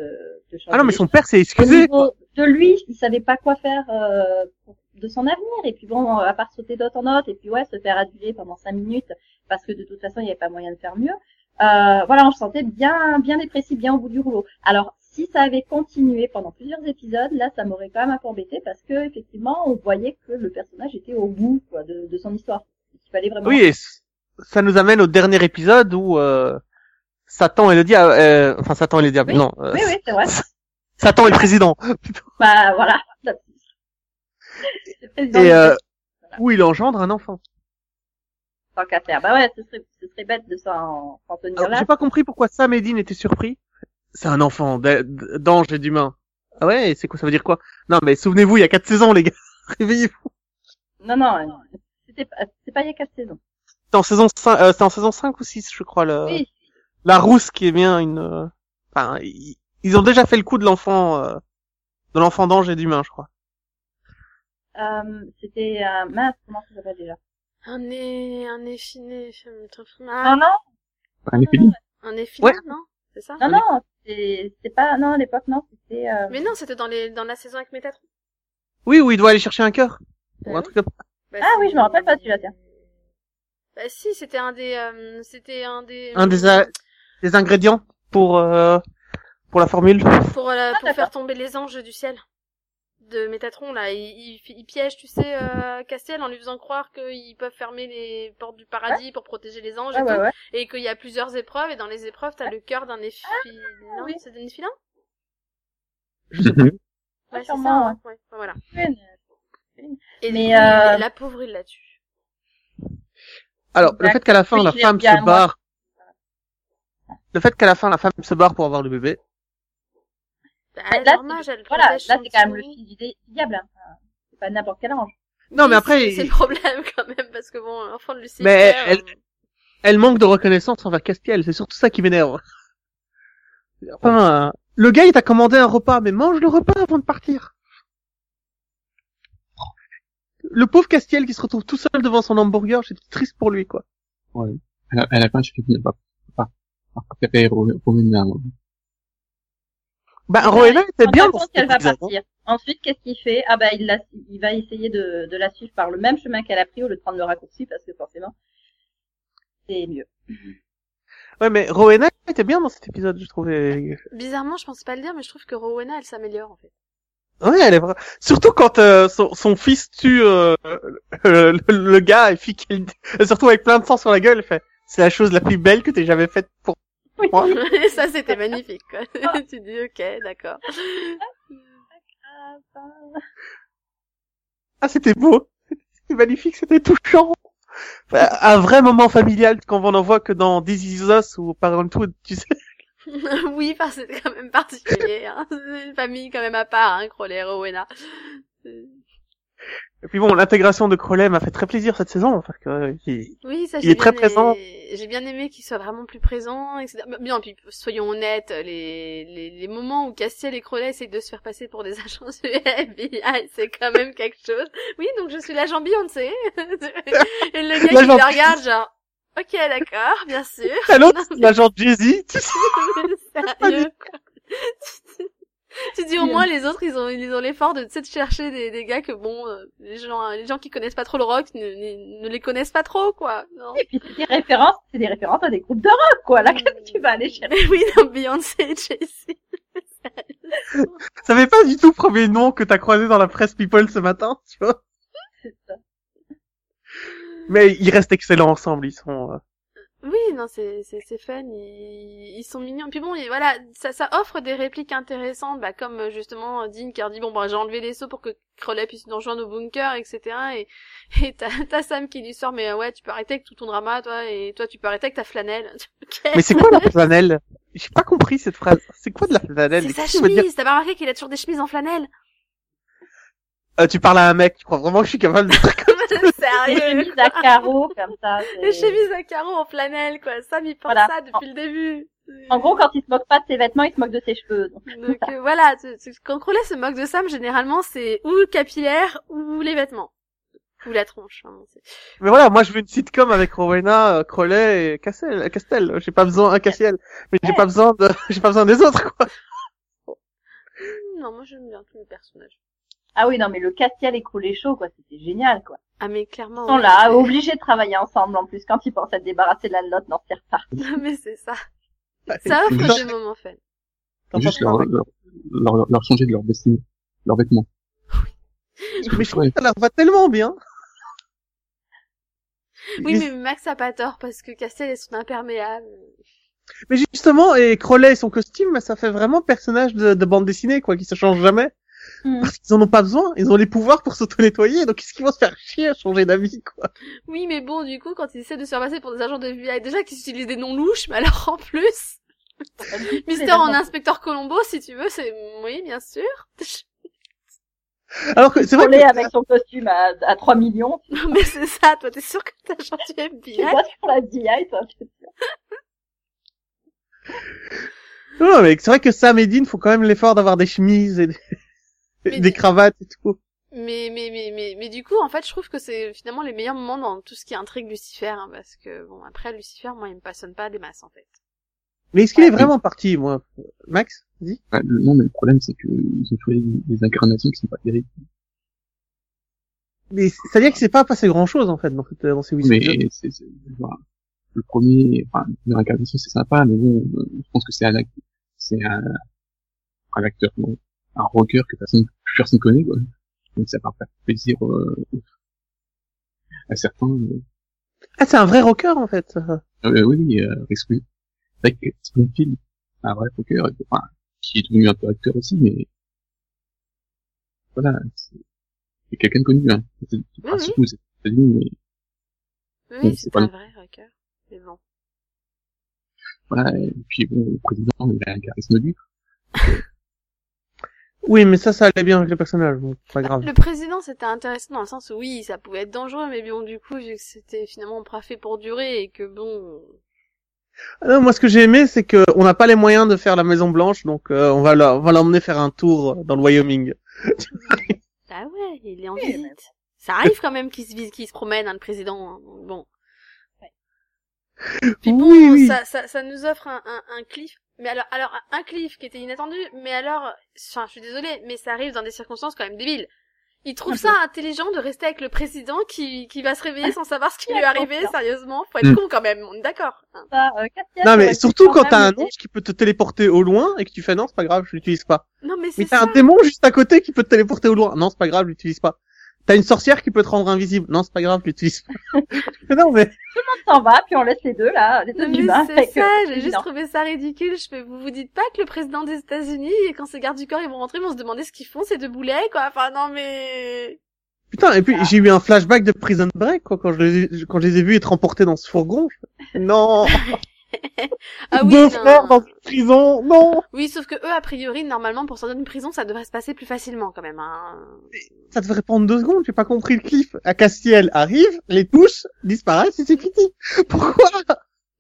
Speaker 3: de changer.
Speaker 1: Ah non, mais
Speaker 3: les
Speaker 1: son père s'est
Speaker 3: au
Speaker 1: excusé.
Speaker 3: niveau de lui, il savait pas quoi faire euh, pour- de son avenir. Et puis bon, à part sauter d'autre en autre, et puis ouais, se faire aduler pendant cinq minutes parce que de toute façon, il n'y avait pas moyen de faire mieux. Euh, voilà, on se sentait bien, bien dépressif, bien au bout du rouleau. Alors, si ça avait continué pendant plusieurs épisodes, là, ça m'aurait quand même un peu embêté parce que effectivement, on voyait que le personnage était au bout quoi, de, de son histoire. Il fallait vraiment.
Speaker 1: Oui, et c- ça nous amène au dernier épisode où euh, Satan et le diable, euh, enfin Satan et le diable,
Speaker 3: Oui,
Speaker 1: non, euh,
Speaker 3: oui, oui, c'est vrai.
Speaker 1: Satan et le président,
Speaker 3: Bah voilà. C'est président
Speaker 1: et
Speaker 3: du
Speaker 1: euh, où il engendre un enfant.
Speaker 3: tant qu'à faire. Bah ouais, ce serait, ce serait bête de s'en s'en tenir
Speaker 1: Alors,
Speaker 3: là.
Speaker 1: j'ai pas compris pourquoi Sam et Dean étaient surpris. C'est un enfant d'a- d'ange et d'humain. Ah ouais, et c'est quoi ça veut dire quoi Non, mais souvenez-vous, il y a quatre saisons, les gars. Réveillez-vous.
Speaker 3: Non, non, euh, c'était pas, c'est pas il y a quatre saisons.
Speaker 1: C'est en saison 5, euh, c'est en saison 5 ou 6, je crois, le...
Speaker 3: Oui,
Speaker 1: la rousse qui est bien une euh, enfin i- ils ont déjà fait le coup de l'enfant euh, de l'enfant d'ange et d'humain je crois
Speaker 3: euh, c'était euh, mince, comment ça s'appelle déjà
Speaker 2: Un nez, un nez finé,
Speaker 3: Non,
Speaker 2: un
Speaker 3: Ah non,
Speaker 4: Un épidémie.
Speaker 2: un nez finé,
Speaker 1: Ouais.
Speaker 2: non C'est ça
Speaker 3: non, non, c'est c'est pas, non, à l'époque, non, c'était... Euh...
Speaker 2: Ah. Mais non, c'était dans les, dans la saison avec Métatron.
Speaker 1: oui où il doit aller chercher un cœur ou
Speaker 2: Euh,
Speaker 1: un truc comme
Speaker 2: Bah,
Speaker 3: Ah
Speaker 2: c'est-
Speaker 3: oui, je me rappelle pas de celui-là, tiens.
Speaker 2: Bah si, c'était un des, euh, c'était un des,
Speaker 1: un des a- des ingrédients pour euh, pour la formule
Speaker 2: pour, euh, pour
Speaker 3: Ah, d'accord.
Speaker 2: faire tomber les anges du ciel de Métatron là. Il, il, il piège, tu sais, euh, Castiel en lui faisant croire qu'ils peuvent fermer les portes du paradis pour protéger les anges
Speaker 3: Ouais,
Speaker 2: et
Speaker 3: ouais,
Speaker 2: tout,
Speaker 3: ouais. Ah
Speaker 2: et qu'il y a plusieurs épreuves et dans les épreuves t'as le cœur d'un effilin.
Speaker 3: oui.
Speaker 2: C'est un effilin
Speaker 1: je sais pas
Speaker 3: Ouais,
Speaker 2: Ouais, c'est ça.
Speaker 3: sûrement, hein.
Speaker 2: ouais. Ouais, voilà. Et
Speaker 3: Mais,
Speaker 2: du coup, il-
Speaker 3: euh,
Speaker 2: la pauvre il la tue.
Speaker 1: alors le
Speaker 3: Exact.
Speaker 1: fait qu'à la fin
Speaker 3: Oui,
Speaker 1: la
Speaker 3: je l'ai
Speaker 1: femme
Speaker 3: dit à
Speaker 1: se
Speaker 3: moi.
Speaker 1: barre le fait qu'à la fin la femme se barre pour avoir le bébé
Speaker 2: Bah,
Speaker 3: Là,
Speaker 2: elle
Speaker 3: c'est-
Speaker 2: dommage, elle
Speaker 3: Voilà, là,
Speaker 2: protège son
Speaker 3: c'est quand même le
Speaker 2: petit
Speaker 3: fils du dé- du diable, hein. Enfin, C'est pas n'importe quel ange.
Speaker 1: non
Speaker 2: Oui,
Speaker 1: mais après
Speaker 2: c'est- c'est le
Speaker 1: il-
Speaker 2: problème quand même parce que bon, l'enfant de Lucifer.
Speaker 1: Mais
Speaker 2: euh,
Speaker 1: elle- elle manque de reconnaissance envers Castiel c'est surtout ça qui m'énerve enfin le gars il t'a commandé un repas mais mange le repas avant de partir le pauvre Castiel qui se retrouve tout seul devant son hamburger c'est triste pour lui quoi
Speaker 4: À la, à la fin, je fais bien, pas, bah, pas, pas préféré Romina. moi.
Speaker 1: bah
Speaker 3: Ouais,
Speaker 1: Rowena était
Speaker 3: On
Speaker 1: bien
Speaker 3: se
Speaker 1: dans
Speaker 3: compte
Speaker 1: cet
Speaker 3: qu'elle va
Speaker 1: épisode, hein.
Speaker 3: partir. Ensuite, qu'est-ce qu'il fait Ah bah, il, la, il va essayer de, de la suivre par le même chemin qu'elle a pris au lieu de prendre le raccourci parce que forcément, c'est mieux.
Speaker 1: ouais mais Rowena était bien dans cet épisode je trouvais
Speaker 2: Bizarrement, je pensais pas le dire, mais je trouve que Rowena, elle s'améliore en fait.
Speaker 1: ouais elle est vraie surtout quand euh, son, son fils tue euh, le, le- le gars et puis qu'il surtout avec plein de sang sur la gueule elle fait c'est la chose la plus belle que t'aies jamais faite pour
Speaker 3: Oui.
Speaker 1: moi
Speaker 2: ça, c'était magnifique. Quoi. tu dis ok, d'accord.
Speaker 3: Ah, bah,
Speaker 1: Ah, c'était beau. C'était magnifique, c'était touchant. Enfin, Un vrai moment familial quand on en voit que dans This Is Us ou par exemple, tu sais.
Speaker 2: oui, parce que c'est quand même particulier. Hein. C'est une famille quand même à part, hein, Crowley et Rowena.
Speaker 1: Et puis bon, l'intégration de Crowley m'a fait très plaisir cette saison. Parce que, euh, il-
Speaker 2: Oui, ça.
Speaker 1: Il
Speaker 2: j'ai
Speaker 1: est très
Speaker 2: bien
Speaker 1: présent.
Speaker 2: aimé- J'ai bien aimé qu'il soit vraiment plus présent, etc. Mais Bien, puis soyons honnêtes, les, les, les moments où Castiel et Crowley essayent de se faire passer pour des agents du FBI, c'est quand même quelque chose. Oui, donc je suis l'agent Beyoncé. et le gars qui
Speaker 1: L'agent-
Speaker 2: les regarde genre, ok, d'accord, bien sûr.
Speaker 1: T'as l'autre, l'agent Jay-Z, tu sais.
Speaker 2: Sérieux quoi. Tu dis- Tu dis au
Speaker 3: Oui.
Speaker 2: moins les autres ils ont ils ont l'effort de tu sais de chercher des, des gars que bon euh, les gens les gens qui connaissent pas trop le rock ne, ne, ne les connaissent pas trop quoi. Non.
Speaker 3: Et puis c'est des références, c'est des références à des groupes de rock, quoi. Là, qu'est-ce que tu vas aller
Speaker 2: Mais
Speaker 3: chercher
Speaker 2: Euh, oui, non, Beyoncé et Jay-Z.
Speaker 1: Ça fait pas du tout le premier nom que t'as croisé dans la presse People ce matin, tu vois.
Speaker 3: C'est ça.
Speaker 1: Mais ils restent excellents ensemble, ils sont... euh,
Speaker 2: Oui, non, c'est c'est c'est fun. Ils, ils sont mignons. Puis bon, et voilà, ça ça offre des répliques intéressantes, bah comme euh, justement euh, Dean qui leur dit bon bah j'ai enlevé les seaux pour que Crowley puisse nous rejoindre au bunker, etc. Et et t'as t'as Sam qui lui sort mais euh, ouais tu peux arrêter avec tout ton drama toi et toi tu peux arrêter avec ta flanelle. Ok.
Speaker 1: Mais c'est quoi la flanelle J'ai pas compris cette phrase. C'est quoi de la flanelle
Speaker 2: C'est sa
Speaker 1: Qu'est-ce que veut dire
Speaker 2: chemise. T'as pas remarqué qu'il a toujours des chemises en flanelle
Speaker 1: Euh, Tu parles à un mec, tu crois vraiment que je suis capable de...
Speaker 3: Des
Speaker 2: Sérieux
Speaker 3: chemises à carreaux, comme ça.
Speaker 2: Les
Speaker 3: c'est-
Speaker 2: chemises à carreaux en flanelle quoi. Sam il pense
Speaker 3: Voilà.
Speaker 2: ça depuis le début.
Speaker 3: En gros, quand il se moque pas de ses vêtements, il se moque de ses cheveux. Donc,
Speaker 2: Donc euh, voilà, tu- tu- quand Crowley se moque de Sam, généralement c'est ou le capillaire ou les vêtements. Ou la tronche. hein, c'est-
Speaker 1: Mais voilà, moi je veux une sitcom avec Rowena, euh, Crowley et Castel. Castel. J'ai pas besoin un Cassiel, mais j'ai pas besoin de, j'ai pas besoin des autres quoi.
Speaker 2: Non, moi j'aime bien tous les personnages.
Speaker 3: Ah oui, non, mais le Castiel et Crowley chaud, quoi, c'était génial, quoi.
Speaker 2: Ah mais clairement.
Speaker 3: Ils sont
Speaker 2: ouais,
Speaker 3: là, oh.
Speaker 2: c'est-
Speaker 3: obligés de travailler ensemble, en plus, quand ils pensent à se débarrasser de la note, non, c'est reparti.
Speaker 2: mais c'est ça. Ça offre des moments fun.
Speaker 1: T'en penses
Speaker 4: Juste leur,
Speaker 1: quoi
Speaker 4: leur, leur, leur changer de leur destinée, leurs vêtements.
Speaker 1: Mais je trouve que ça leur va tellement bien.
Speaker 2: Oui,
Speaker 1: Ils-
Speaker 2: mais Max a pas tort parce que Castiel est son imperméable.
Speaker 1: Mais justement, et Crowley et son costume, ça fait vraiment personnage de, de bande dessinée, quoi, qui se change jamais.
Speaker 3: Hmm.
Speaker 1: Parce qu'ils en ont pas besoin, ils ont les pouvoirs pour s'auto-nettoyer, donc qu'est-ce qu'ils vont se faire chier à changer d'avis, quoi.
Speaker 2: Oui, mais bon, du coup, quand ils essaient de se faire passer pour des agents de FBI, déjà qu'ils utilisent des noms louches, mais alors en plus, Mister en inspecteur Colombo, si tu veux, c'est oui, bien sûr.
Speaker 1: Alors que c'est vrai
Speaker 3: Crowley
Speaker 1: que
Speaker 3: avec son costume à, à 3 millions,
Speaker 2: mais c'est ça, toi, t'es sûr que t'as gentil
Speaker 3: tu
Speaker 2: FBI
Speaker 3: vois, sur la DI, toi. c'est sûr.
Speaker 1: Non, mais c'est vrai que Sam et Dean font quand même l'effort d'avoir des chemises et des,
Speaker 2: Mais
Speaker 1: des
Speaker 2: dis-
Speaker 1: cravates et tout.
Speaker 2: Mais, mais, mais, mais, mais du coup, en fait, je trouve que c'est finalement les meilleurs moments dans tout ce qui intrigue Lucifer, hein, parce que, bon, après, Lucifer, moi, il me passionne pas des masses, en fait.
Speaker 1: Mais est-ce qu'il est
Speaker 4: Ouais.
Speaker 1: vraiment parti, moi Max Dis
Speaker 4: Enfin, le- non, mais le problème, c'est que ils ont choisi des incarnations qui sont pas terribles.
Speaker 1: Mais c'est- c'est-à-dire qu'il s'est pas passé grand-chose, en fait, dans, cette, dans ces huit épisodes.
Speaker 4: mais c'est, c'est- voilà. le premier, enfin, la première incarnation, c'est sympa, mais bon, euh, je pense que c'est un, act- c'est un, un acteur, bon, un rocker que personne, plus personne connaît, quoi. Donc ça va faire plaisir euh, à certains. euh,
Speaker 1: Ah, c'est un vrai rocker, en fait.
Speaker 4: euh, oui, oui, euh, Rex Lee. C'est vrai que Springfield, Ah, un vrai poker, enfin, qui est devenu un peu acteur aussi, mais voilà, c'est c'est quelqu'un de connu, hein. C'est- c'est pas
Speaker 2: oui.
Speaker 4: surtout aux États-Unis, mais
Speaker 2: Oui,
Speaker 4: c'est
Speaker 2: c'est
Speaker 4: pas
Speaker 2: un
Speaker 4: le-
Speaker 2: vrai rocker. Mais bon.
Speaker 4: voilà. Et puis bon, le président, il a un charisme du.
Speaker 1: Oui, mais ça, ça allait bien avec le personnage, bon, pas grave.
Speaker 2: Le président, c'était intéressant dans le sens où, oui, ça pouvait être dangereux, mais bon, du coup, vu que c'était finalement pas fait pour durer et que, bon...
Speaker 1: Ah Non, moi, ce que j'ai aimé, c'est que on n'a pas les moyens de faire la Maison Blanche, donc euh, on va la- on va l'emmener faire un tour dans le Wyoming.
Speaker 2: Bah ouais, il est en
Speaker 3: Oui, mais
Speaker 2: visite. Ça arrive quand même qu'il se, vis- qu'il se promène, hein, le président. hein, donc Bon. Puis bon,
Speaker 1: Oui, oui.
Speaker 2: Ça, ça, ça nous offre un, un, un cliff. Mais alors, alors, un cliff qui était inattendu, mais alors, enfin, je suis désolée, mais ça arrive dans des circonstances quand même débiles. Il trouve ça intelligent de rester avec le président qui, qui va se réveiller sans savoir ce qui lui est arrivé, sérieusement. Faut être
Speaker 4: Mm.
Speaker 2: con quand même, on est d'accord. hein.
Speaker 3: Ça, euh, Castiel,
Speaker 1: Non,
Speaker 3: ouais,
Speaker 1: mais
Speaker 3: c'est
Speaker 1: surtout quand
Speaker 3: même
Speaker 1: t'as un
Speaker 3: le-
Speaker 1: ange qui peut te téléporter au loin et que tu fais non, c'est pas grave, je l'utilise pas.
Speaker 2: Non, mais c'est
Speaker 1: Mais t'as
Speaker 2: ça.
Speaker 1: un démon juste à côté qui peut te téléporter au loin. Non, c'est pas grave, je l'utilise pas. T'as une sorcière qui peut te rendre invisible. Non, c'est pas grave, je l'utilise pas. non, mais
Speaker 3: On s'en va, puis on laisse les deux, là, les deux
Speaker 2: Non,
Speaker 3: du
Speaker 2: mais
Speaker 3: bas. euh,
Speaker 2: c'est ça, j'ai
Speaker 3: évident.
Speaker 2: juste trouvé ça ridicule. Je fais, vous vous dites pas que le président des États-Unis, quand ces gardes du corps ils vont rentrer, ils vont se demander ce qu'ils font, ces deux boulets, quoi. Enfin, non, mais.
Speaker 1: putain. Et puis
Speaker 3: Ah.
Speaker 1: j'ai eu un flashback de Prison Break quoi quand je les ai, quand je les ai vus être emportés dans ce fourgon. Je- Non,
Speaker 2: Ah oui,
Speaker 1: deux
Speaker 2: non.
Speaker 1: frères dans une prison. Non,
Speaker 2: Oui, sauf que eux, a priori, normalement, pour sortir d'une prison, ça devrait se passer plus facilement, quand même, hein.
Speaker 1: ça devrait prendre deux secondes. J'ai pas compris le cliff. Acastiel arrive, les touche, disparaissent, et c'est fini. Pourquoi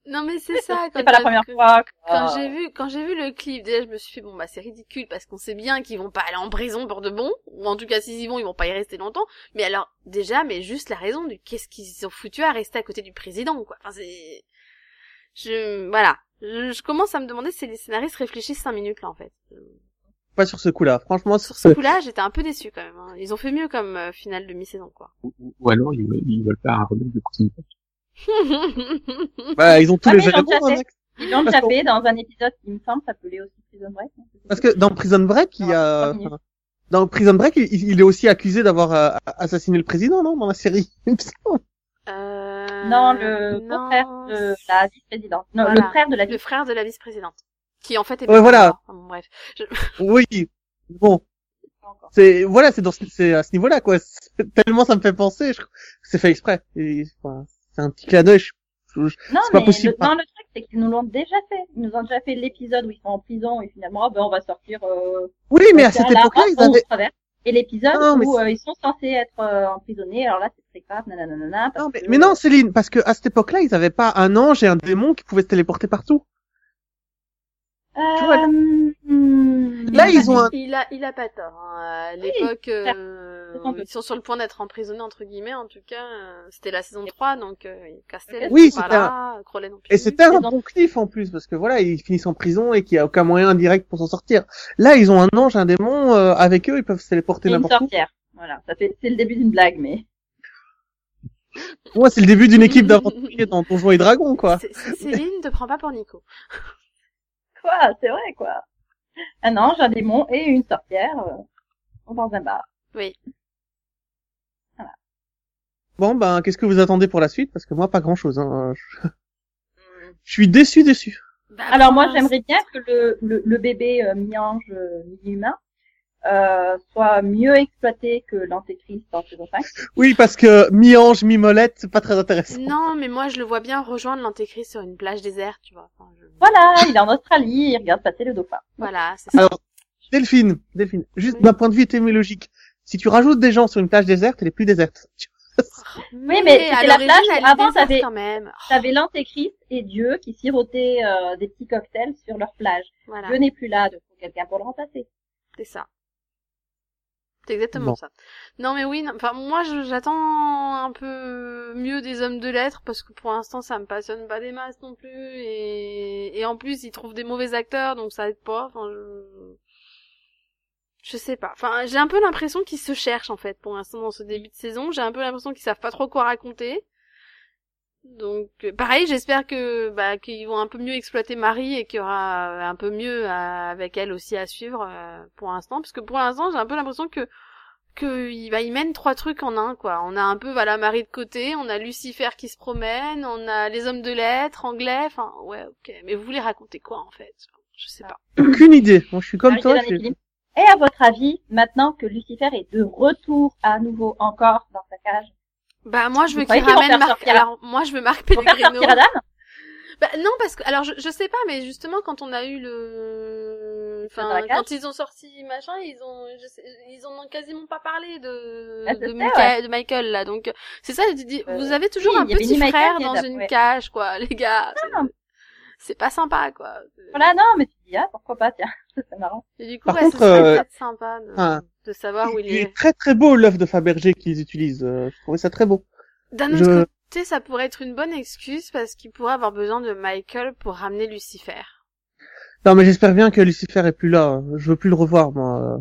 Speaker 2: Non, mais c'est ça, quand
Speaker 3: C'est pas la
Speaker 2: je-
Speaker 3: première
Speaker 2: que-
Speaker 3: fois. Euh. que-
Speaker 2: Quand j'ai vu, quand j'ai vu le clip, déjà, je me suis fait, bon, bah, c'est ridicule, parce qu'on sait bien qu'ils vont pas aller en prison pour de bon, ou en tout cas, s'ils y vont, ils vont pas y rester longtemps. Mais alors, déjà, mais juste la raison du qu'est-ce qu'ils ont foutu à rester à côté du président, quoi. Enfin, c'est, je, voilà. Je, je commence à me demander si les scénaristes réfléchissent cinq minutes, là, en fait.
Speaker 1: Pas sur ce coup-là. Franchement,
Speaker 2: Sur ce coup-là, j'étais un peu déçue, quand même, hein. Ils ont fait mieux comme euh, finale de mi-saison, quoi.
Speaker 4: Ou, ou- ou alors ils, veulent- ils veulent faire un remake de Prison Break.
Speaker 1: Bah, ils ont tous
Speaker 3: Ah,
Speaker 1: les
Speaker 3: mais ils
Speaker 1: éléments,
Speaker 3: l'ont déjà
Speaker 1: hein,
Speaker 3: fait.
Speaker 1: Max.
Speaker 3: Ils l'ont
Speaker 1: Parce qu'on-
Speaker 3: tapé dans un épisode qui me semble s'appelait aussi Prison Break. non, je sais
Speaker 1: Parce
Speaker 3: plus.
Speaker 1: que dans Prison Break, il y a...
Speaker 3: Non, trois minutes.
Speaker 1: Dans Prison Break, il, il est aussi accusé d'avoir euh, assassiné le président, non Dans la série. Il me semble.
Speaker 2: Euh,
Speaker 3: Non, le
Speaker 2: non,
Speaker 3: frère de la vice-présidente. Non,
Speaker 2: Voilà.
Speaker 3: le frère de la
Speaker 2: le
Speaker 3: vice
Speaker 2: frère de la vice-présidente. Qui en fait est
Speaker 1: Ouais, voilà.
Speaker 2: Enfin, bon, bref.
Speaker 1: Oui, bon,
Speaker 3: encore.
Speaker 1: c'est voilà, c'est dans ce- c'est à ce niveau-là quoi. C'est- Tellement ça me fait penser, je... c'est fait exprès. Et, enfin, c'est un petit clin d'œil. je- je-
Speaker 3: Non,
Speaker 1: C'est pas
Speaker 3: mais
Speaker 1: possible,
Speaker 3: le, non, le truc, c'est qu'ils nous l'ont déjà fait. Ils nous ont déjà fait l'épisode où ils sont en prison et finalement, ah ben, on va sortir, euh,
Speaker 1: Oui, mais à
Speaker 3: on va faire
Speaker 1: cette
Speaker 3: la
Speaker 1: époque-là,
Speaker 3: rampe,
Speaker 1: ils
Speaker 3: on
Speaker 1: avaient.
Speaker 3: traverse. Et l'épisode
Speaker 1: Non, mais
Speaker 3: où euh, ils sont censés être euh, emprisonnés, alors là, c'est très grave, nanana, parce
Speaker 1: Non, mais,
Speaker 3: que-
Speaker 1: mais non, Céline, parce que à cette époque-là, ils avaient pas un ange et un démon qui pouvaient se téléporter partout.
Speaker 3: Euh,
Speaker 1: tu vois,
Speaker 3: hmm,
Speaker 1: Là, ils ont un-
Speaker 2: Il a, il a pas tort. hein. À l'époque, euh,
Speaker 3: Tout en fait.
Speaker 2: ils sont sur le point d'être emprisonnés entre guillemets. En tout cas, euh, c'était la saison 3, donc euh, Castel,
Speaker 1: Oui,
Speaker 2: voilà,
Speaker 1: c'était
Speaker 2: Crowley non plus.
Speaker 1: Et c'était un
Speaker 3: c'est dans-
Speaker 1: bon cliff en plus, parce que voilà, ils finissent en prison et qu'il y a aucun moyen direct pour s'en sortir. Là, ils ont un ange, un démon, euh, avec eux, ils peuvent se téléporter
Speaker 3: et une
Speaker 1: n'importe où.
Speaker 3: sorcière. Voilà, ça fait, c'est le début d'une blague, mais.
Speaker 1: Pour Moi, c'est le début d'une équipe d'aventuriers dans Donjons et Dragons, quoi.
Speaker 2: C- C- Céline, te prends pas pour Nico.
Speaker 3: Quoi, c'est vrai, quoi. Un ange, un démon et une sorcière, euh, au bord d'un bar.
Speaker 1: Bon, ben, qu'est-ce que vous attendez pour la suite Parce que moi, pas grand-chose. Hein. Je- Je suis déçu, déçu.
Speaker 2: Bah,
Speaker 3: Alors moi,
Speaker 2: mince.
Speaker 3: j'aimerais bien que le, le, le bébé euh, mi-ange, euh, mi-humain, euh, soit mieux exploité que l'antéchrist en saison 5.
Speaker 1: Oui, parce que mi-ange, mi-molette, c'est pas très intéressant.
Speaker 2: Non, mais moi, je le vois bien rejoindre l'antéchrist sur une plage déserte, tu vois. Enfin, je-
Speaker 3: Voilà, il est en Australie, il regarde passer le dauphin.
Speaker 2: Voilà, c'est ça.
Speaker 1: Alors, Delphine, Delphine, juste
Speaker 2: Oui.
Speaker 1: d'un point de vue étymologique, si tu rajoutes des gens sur une plage déserte, elle est plus déserte.
Speaker 2: mais,
Speaker 3: mais
Speaker 2: à
Speaker 3: c'était la
Speaker 2: l'origine,
Speaker 3: plage,
Speaker 2: elle est
Speaker 3: avant,
Speaker 2: déserte
Speaker 3: t'avais-
Speaker 2: quand même. Oh,
Speaker 3: T'avais l'antéchrist et Dieu qui sirotaient euh, des petits cocktails sur leur plage.
Speaker 2: voilà,
Speaker 3: Dieu n'est plus là, donc faut quelqu'un pour le remplacer.
Speaker 2: c'est ça. C'est exactement
Speaker 1: Bon.
Speaker 2: ça. Non, mais oui, non, enfin, moi, je- j'attends un peu mieux des hommes de lettres parce que pour l'instant, ça me passionne pas des masses non plus et, et en plus, ils trouvent des mauvais acteurs, donc ça aide pas. Enfin, je... Je sais pas. Enfin, j'ai un peu l'impression qu'ils se cherchent en fait pour l'instant dans ce début de saison. J'ai un peu l'impression qu'ils savent pas trop quoi raconter. Donc, euh, pareil, j'espère que bah, qu'ils vont un peu mieux exploiter Marie et qu'il y aura euh, un peu mieux à- avec elle aussi à suivre euh, pour l'instant, parce que pour l'instant, j'ai un peu l'impression que que il, bah, il mène trois trucs en un quoi. On a un peu voilà Marie de côté, on a Lucifer qui se promène, on a les hommes de lettres anglais. Enfin, ouais, ok. Mais vous voulez raconter quoi en fait Je sais pas.
Speaker 1: Aucune idée. Moi, je suis comme
Speaker 3: Arrêtez
Speaker 1: toi.
Speaker 3: d'un
Speaker 1: je-
Speaker 3: équilibre. Et à votre avis, maintenant que Lucifer est de retour à nouveau encore dans sa cage,
Speaker 2: Bah moi je veux
Speaker 3: Vous
Speaker 2: qu'il
Speaker 3: croyez qu'ils vont
Speaker 2: ramène
Speaker 3: faire
Speaker 2: Marc.
Speaker 3: sortir-
Speaker 2: Alors moi je veux Marc
Speaker 3: pour faire
Speaker 2: Pellegrino.
Speaker 3: sortir Adam
Speaker 2: Bah non parce que alors je, je sais pas mais justement quand on a eu le
Speaker 3: Dans
Speaker 2: enfin
Speaker 3: la cage
Speaker 2: quand ils ont sorti machin ils ont je sais, ils en ont quasiment pas parlé de
Speaker 3: Ah, c'est
Speaker 2: de,
Speaker 3: ça,
Speaker 2: Michael, de Michael là donc c'est ça tu dis,
Speaker 3: Euh,
Speaker 2: vous avez toujours
Speaker 3: oui,
Speaker 2: un
Speaker 3: il y avait
Speaker 2: petit
Speaker 3: ni Michael
Speaker 2: frère
Speaker 3: ni
Speaker 2: dans
Speaker 3: Adam,
Speaker 2: une
Speaker 3: ouais. Ah,
Speaker 2: cage quoi les gars C'est-
Speaker 3: Non.
Speaker 2: c'est pas sympa quoi
Speaker 3: Voilà, non, mais tu te dis, ah, pourquoi pas, tiens, c'est marrant.
Speaker 2: et du coup
Speaker 1: Par
Speaker 2: ouais,
Speaker 1: contre,
Speaker 2: ce serait
Speaker 1: euh,
Speaker 2: peut-être sympa de,
Speaker 1: ah.
Speaker 2: de savoir où il
Speaker 1: Il est
Speaker 2: est
Speaker 1: très très beau l'œuf de Fabergé qu'ils utilisent. euh, Je trouvais ça très beau.
Speaker 2: d'un
Speaker 1: Je-
Speaker 2: autre côté ça pourrait être une bonne excuse parce qu'il pourrait avoir besoin de Michael pour ramener Lucifer
Speaker 1: Non, mais j'espère bien que Lucifer est plus là. Je veux plus le revoir, moi. Euh,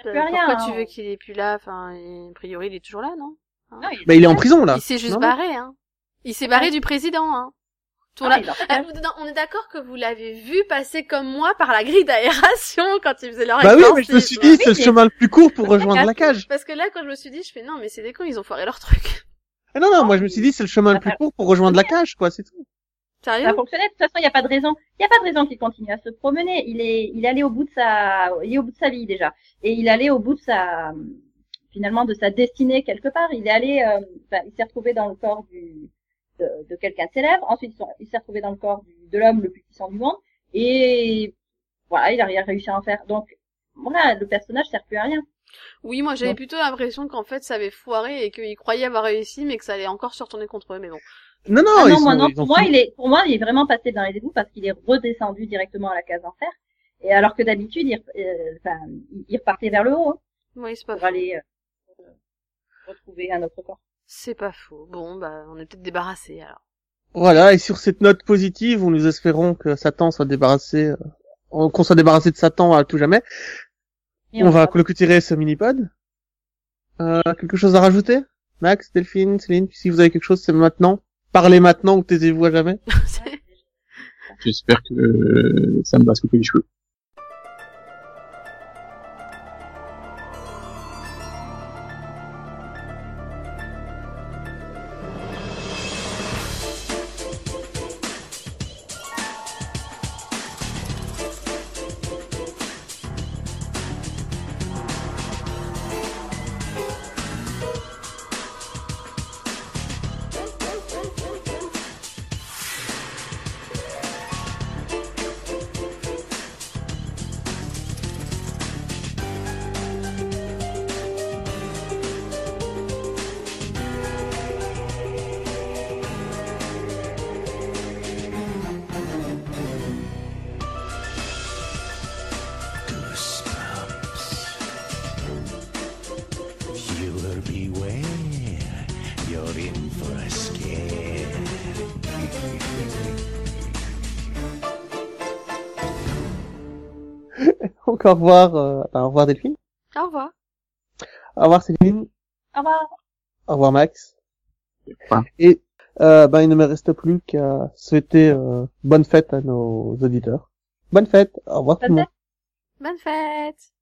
Speaker 3: Plus
Speaker 2: Euh,
Speaker 3: rien,
Speaker 2: Pourquoi
Speaker 3: hein.
Speaker 2: tu veux qu'il est plus là Enfin, il- a priori, il est toujours là, non
Speaker 3: Non, il
Speaker 1: Mais il est en prison là.
Speaker 2: Il s'est juste
Speaker 1: Ah. Non, non.
Speaker 2: barré, hein. Il s'est barré du président, hein. Tout là-
Speaker 3: Ah, il en fait
Speaker 2: Ah, non, on est d'accord que vous l'avez vu passer comme moi par la grille d'aération quand ils faisaient leur
Speaker 1: Bah oui, mais
Speaker 2: extensive.
Speaker 1: je me suis dit, c'est le
Speaker 3: mais-
Speaker 1: chemin le plus court pour rejoindre la cage.
Speaker 2: Parce que là, quand je me suis dit, je fais non, mais c'est des cons, ils ont foiré leur truc.
Speaker 1: Ah non, non, moi je me suis dit, c'est le chemin le plus court pour rejoindre la cage, quoi, c'est tout.
Speaker 2: Sérieux
Speaker 3: ça
Speaker 1: Ah,
Speaker 3: fonctionnait. De toute façon, il n'y a pas de raison. Il n'y a pas de raison qu'il continue à se promener. Il est, il est allé au bout de sa, il est au bout de sa vie déjà. Et il allait au bout de sa, finalement, de sa destinée quelque part. Il est allé, euh, enfin, il s'est retrouvé dans le corps du, de, de quelqu'un de célèbre. Ensuite, ils sont- il s'est retrouvé dans le corps du- de l'homme le plus puissant du monde. Et voilà, il a rien réussi à en faire. Donc, voilà, le personnage sert plus à rien.
Speaker 2: Oui, moi j'avais
Speaker 3: Non.
Speaker 2: plutôt l'impression qu'en fait ça avait foiré et qu'ils croyaient avoir réussi, mais que ça allait encore se retourner contre eux. Mais bon.
Speaker 1: Non, non,
Speaker 3: Ah
Speaker 1: ils
Speaker 3: non,
Speaker 1: sont-
Speaker 3: moi, non.
Speaker 1: ils ont
Speaker 3: Pour moi,
Speaker 1: fini.
Speaker 3: il est, pour moi, il est vraiment passé dans les égouts parce qu'il est redescendu directement à la case enfer. Et alors que d'habitude, il, re- euh, enfin, il- il repartait vers le haut hein,
Speaker 2: Oui, c'est pas
Speaker 3: pour
Speaker 2: faux.
Speaker 3: aller euh, retrouver un autre corps.
Speaker 2: C'est pas faux. Bon, bah, on est peut-être débarrassé alors.
Speaker 1: Voilà, et sur cette note positive, où nous espérons que Satan soit débarrassé, euh, qu'on soit débarrassé de Satan à tout jamais,
Speaker 3: Et
Speaker 1: on, va
Speaker 3: verra.
Speaker 1: clôturer ce mini-pod. Euh, quelque chose à rajouter Max, Delphine, Céline, si vous avez quelque chose, c'est maintenant. Parlez maintenant ou taisez-vous à jamais.
Speaker 2: C'est-
Speaker 4: J'espère que euh, ça me va se couper les cheveux.
Speaker 5: Better beware, you're in for a scare.
Speaker 1: Donc au revoir, euh, ben, au revoir Delphine.
Speaker 2: Au revoir.
Speaker 1: Au revoir Céline.
Speaker 3: Au revoir.
Speaker 1: Au revoir Max.
Speaker 4: Ouais.
Speaker 1: Et euh, ben, il ne me reste plus qu'à souhaiter euh, bonne fête à nos auditeurs. Bonne fête. Au revoir tout
Speaker 3: Bonne
Speaker 1: le monde.
Speaker 3: fête.
Speaker 2: Bonne fête